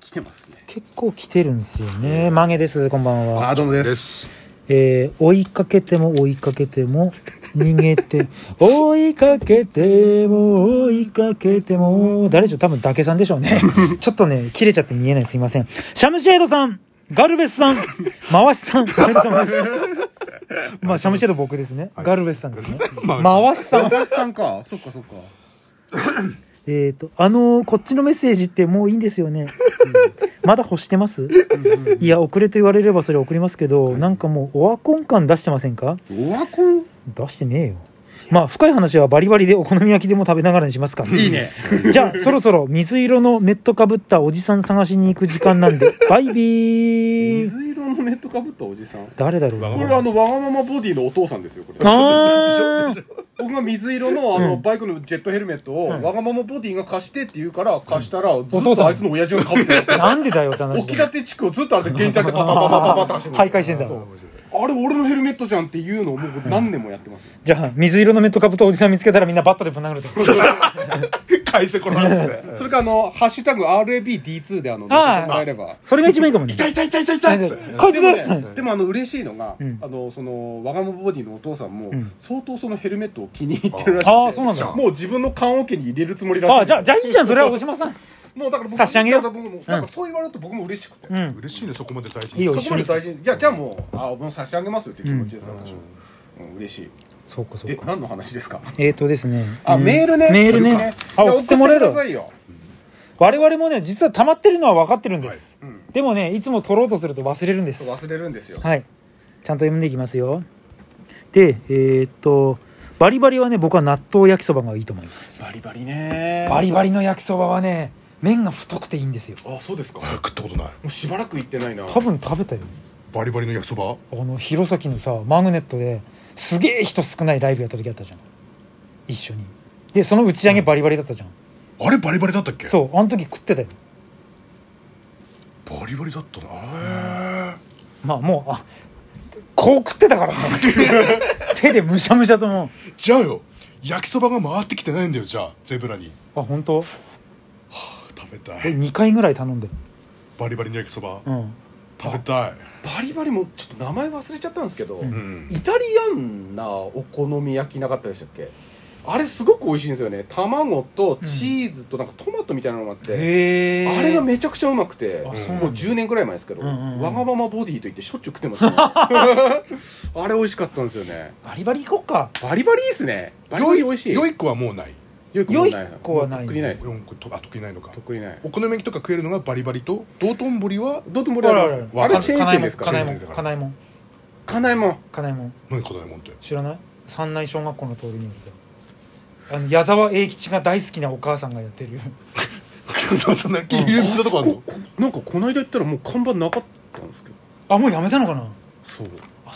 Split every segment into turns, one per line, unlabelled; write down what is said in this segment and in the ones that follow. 来てますね
結構来てるんですよね。マゲです、こんばんは。
あどうもです
です。
えー追いかけても追いかけても逃げて 追いかけても追いかけても誰でしょう多分伊達さんでしょう ねちょっとね切れちゃって見えないすいませんシャムシェードさんガルベスさん回しさんおめでとうご ざいますまあシャムシェード僕ですね、ガルベスさんです ね回しさん
高橋さんかそっかそっか
えっとあのーこっちのメッセージってもういいんですよね、まだ欲してますいや遅れと言われればそれ送りますけどなんかもうオワコン感出してませんか
オワコン
出してねえよまあ深い話はバリバリでお好み焼きでも食べながらにしますか
いいね
じゃあそろそろ水色のメットかぶったおじさん探しに行く時間なんでバイビー
水色のネットかぶったおじさんこ
誰だろう
わがま
れあのわがままボディのお父さんですよこれ
あー
僕が水色のあの、
うん
バイクのジェットヘルメットを、
うん
わがままボディが貸してって言うから貸したら、ずっ
父さん
とあいつの親父がかぶってた
なんでだよって話
沖立地区をずっとあれで原着でパパパパパパって走って
徘徊してんだ
そうあれ俺のヘルメットじゃんっていうのをもう何年もやってますよ
じゃあ水色のメットかぶったおじさん見つけたらみんなバットでぶん殴ると
返せこなんですね。
それかあの「ハッシュタグ #RABD2」であのネ
あー
タもらえれば
それが一番いいかもね
痛い痛い痛い痛い痛いっつって。
こい
で
つ
も,、
です
ね、でもあの嬉しいのが、
うん
あのそのわがままボディのお父さんも、
ん
相当そのヘルメットを気に入ってるらしくて
あーそうなんだ
もう自分の棺桶に入れるつもりらしい
ああじゃあじゃあいいじゃんそれは大島さん
もうだから僕
差し上げよう
だから僕もなんかそう言われると僕も嬉しくて、
うん
嬉しいねそこまで大事
いいよ
そこまで大事にいやじゃあもうあもう差し上げますよって気持ちです、私は、うん、嬉しい
そうかそう
で
か
何の話ですか
えっ、ー、とですね
あ、
うん
メールね
メールねあ
いや
送ってもらえ
送
る
くださいよ
我々もね実は溜まってるのは分かってるんです、
はいうん
でもねいつも取ろうとすると忘れるんです
忘れるんですよ
はいちゃんと読んでいきますよでえーっとバリバリはね僕は納豆焼きそばがいいと思います
バリバリね
バリバリの焼きそばはね麺が太くていいんですよ
あそうですか
それ
も
食ったことないう
しばらく行ってないな
多分食べたよ
バリバリの焼きそば
あの弘前のさマグネットですげえ人少ないライブやった時あったじゃん一緒にでその打ち上げバリバリだったじゃん、
あれバリバリだったっけ
そうあの時食ってたよ
バリバリだったなあ
まあもうあこう食ってたからね 手でむしゃむしゃとも
ーじゃあよ焼きそばが回ってきてないんだよじゃあゼブラに
うあ本当
食べた
え
い
2回ぐらい頼んで
バリバリの焼きそば
うん
食べたい
バリバリもちょっと名前忘れちゃったんですけど、
うん
イタリアンなお好み焼きなかったでしたっけあれすごく美味しいんですよね卵とチーズとなんかトマトみたいなのがあって、
へ
あれがめちゃくちゃうまくて
あ
そうなんだ
もう10年くらい前ですけど、
うんうんうん
わがままボディといってしょっちゅう食って ます、ね、あれ美味しかったんですよね
バリバリ行こうか
バリバリいいっすねバリバリ美味しい
よい子はもうない
良い
良い
もう
子はない
とっくにないです
よい子とあ得意ないのか
とっくにない
お好み焼きとか食えるのがバリバリと道頓堀は
どうともりあり
あら
ま
あ
す
ら
あれチェーン店ですか
金井も
チェーン店だから
金井も
金井も
金井も
何こだよもん って
知らない三内小学校の通りにあるさあの矢沢永吉が大好きなお母さんがやってる
そんな有名なとこあるの
こなんかこの間行ったらもう看板なかったんですけど
あもうやめたのかな
そう
あ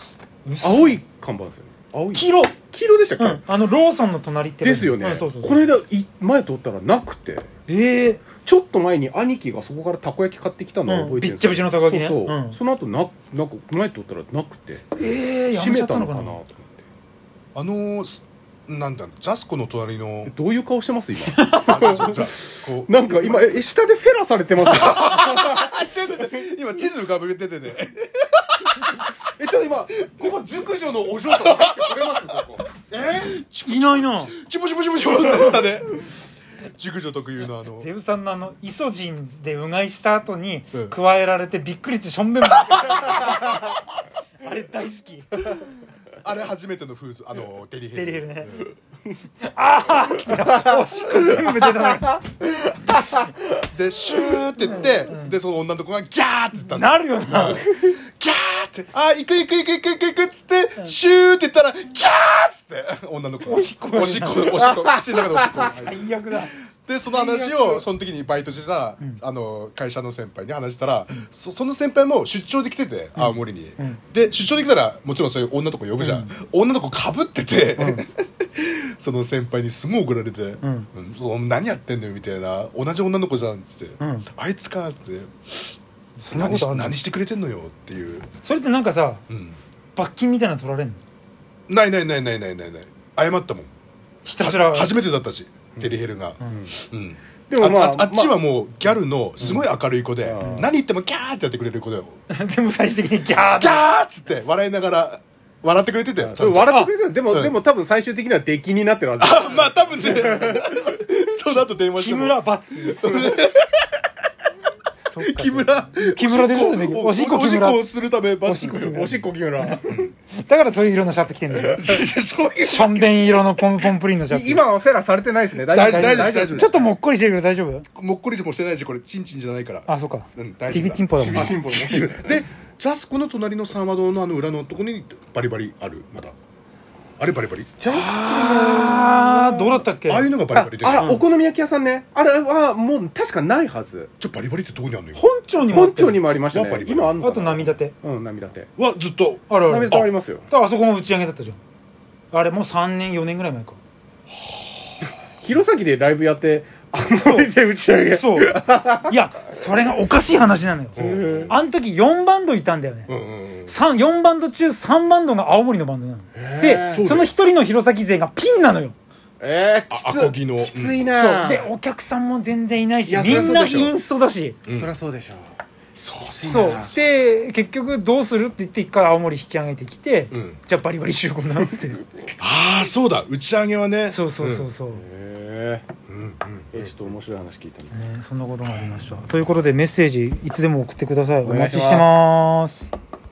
そう
青い看板ですよね青い
黄色
黄色でしたっけ、
うんあのローソンの隣って
ですよね、
うんそうそうそう
この間い前通ったらなくて
ええ
ちょっと前に兄貴がそこからたこ焼き買ってきたのを覚えてるんですよ
うんびっちゃびちゃのたこ焼きね
そうそう、
うん
その後ななんか前通ったらなくて
ええや
閉
め
め
ちゃった
た
の
の
か
か
な
なと思って
あのーすなんだジャスコの隣の
どういう顔してます今
あじゃあじゃあこう
なんか今え下でフェラされてますよ
あ違う違う違う今地図浮かべててね
えちょっと今ここ熟女のお嬢とか入ってくれますここ
いないな
チュポチュポチュポチュポって下で熟女特有のあの
ゼブさんのあのイソジンでうがいした後に
うん
加えられてびっくりしてしょんべんあれ大好き
あれ初めてのフーズあのデリヘル
デリヘルねおしっこ全部出たな
うんでシューって言って、でその女の子がギャーって言ったの
なるよな
ギャーってあ行く行く行く行く行く行くっつって、シューって言ったらギャーっつって女の子がおしっこおしっこ口の中でおしっこが入る
最悪だ
でその話をその時にバイトしてた、あの会社の先輩に話したら、そその先輩も出張で来てて青森に、で出張で来たらもちろんそういう女の子呼ぶじゃん、女の子かぶってて、 その先輩にすごい怒られて「
ん
うんそう何やってんのよ」みたいな「同じ女の子じゃん」っつって「
ん
あいつか」って
そんな
何
こ
し
とあんの
何してくれてんのよっていう、
それってなんかさ
うん、
罰金みたいなの取られんの
ないないないないないないない謝ったもん
ひたすら
は初めてだったしデリヘルがうん、
でもまあ
ああっちはもうギャルのすごい明るい子で、
うん
何言ってもギャーってやってくれる子だよ
でも最終的にギャー
ギャーっつって笑いながら笑ってくれてたよちゃんと
笑ってくれるでも、
うん
でも多分最終的には出禁になってるはず
あまあ多分ね その後電話して
木
も
村罰そっか
木村
木村ですね
おしっこ
おしっこ木
おしっ
村
こをするためバ
おし
ッ
っこ
グ
木
よ
村
おしっこ木村。
だからそういう色のシャツ着てんだよ
そういう
シャンベン色のポンポンプリンのシャツ
今はフェラされてないですね。大
大丈夫大丈夫
ちょっともっこりしてるけど大丈夫
もっこりもしてないしこれチンチンじゃないから
あそうか
うん大丈夫だ
ビビチンポだもん
厳
な
しいもんね。
でジャスコの隣のサーマドのあの裏のとこにバリバリあるまだあれバリバリ
ジャス
あーどうだったっけ
ああいうのがバリバリで
あら、お好み焼き屋さんね。あれはもう確かないはず。
じゃバリバリってどこにあるのよ
本庁にも
本
あってる
庁にもありました
やっぱ
ね。
り
今あんのか
あ
な
と波立て
うん、涙手。
はずっと
あるあ
涙
る
手ありますよ。
ああそこも打ち上げだったじゃんあれもう3年4年ぐらい前か
弘前でライブやって、あんまりで打ち上げ。
そういやそれがおかしい話なのよ
へ
あの時4バンドいたんだよね
うんうんうん
三4バンド中3バンドが青森のバンドなの
へ
で
ー
その1人の弘前勢がピンなのよ
えー、
あ
きつ
アコギの
きつい
そう
な
でお客さんも全然いない
い
し
や
みん
そ
な
りゃそうでしょ
インストだし
うん
そりゃそうでしょう。
そう
そうで結局どうするって言って一回青森引き上げてきて、
うん
じゃあバリバリ集合なんつって
ああそうだ打ち上げはね
そうそうそうそう、
へ
うんうんうん
えー、えーちょっと面白い話聞いたね。
ね、そんなことがありましたということでメッセージいつでも送ってくださいお
願いし
待ち
ます
してます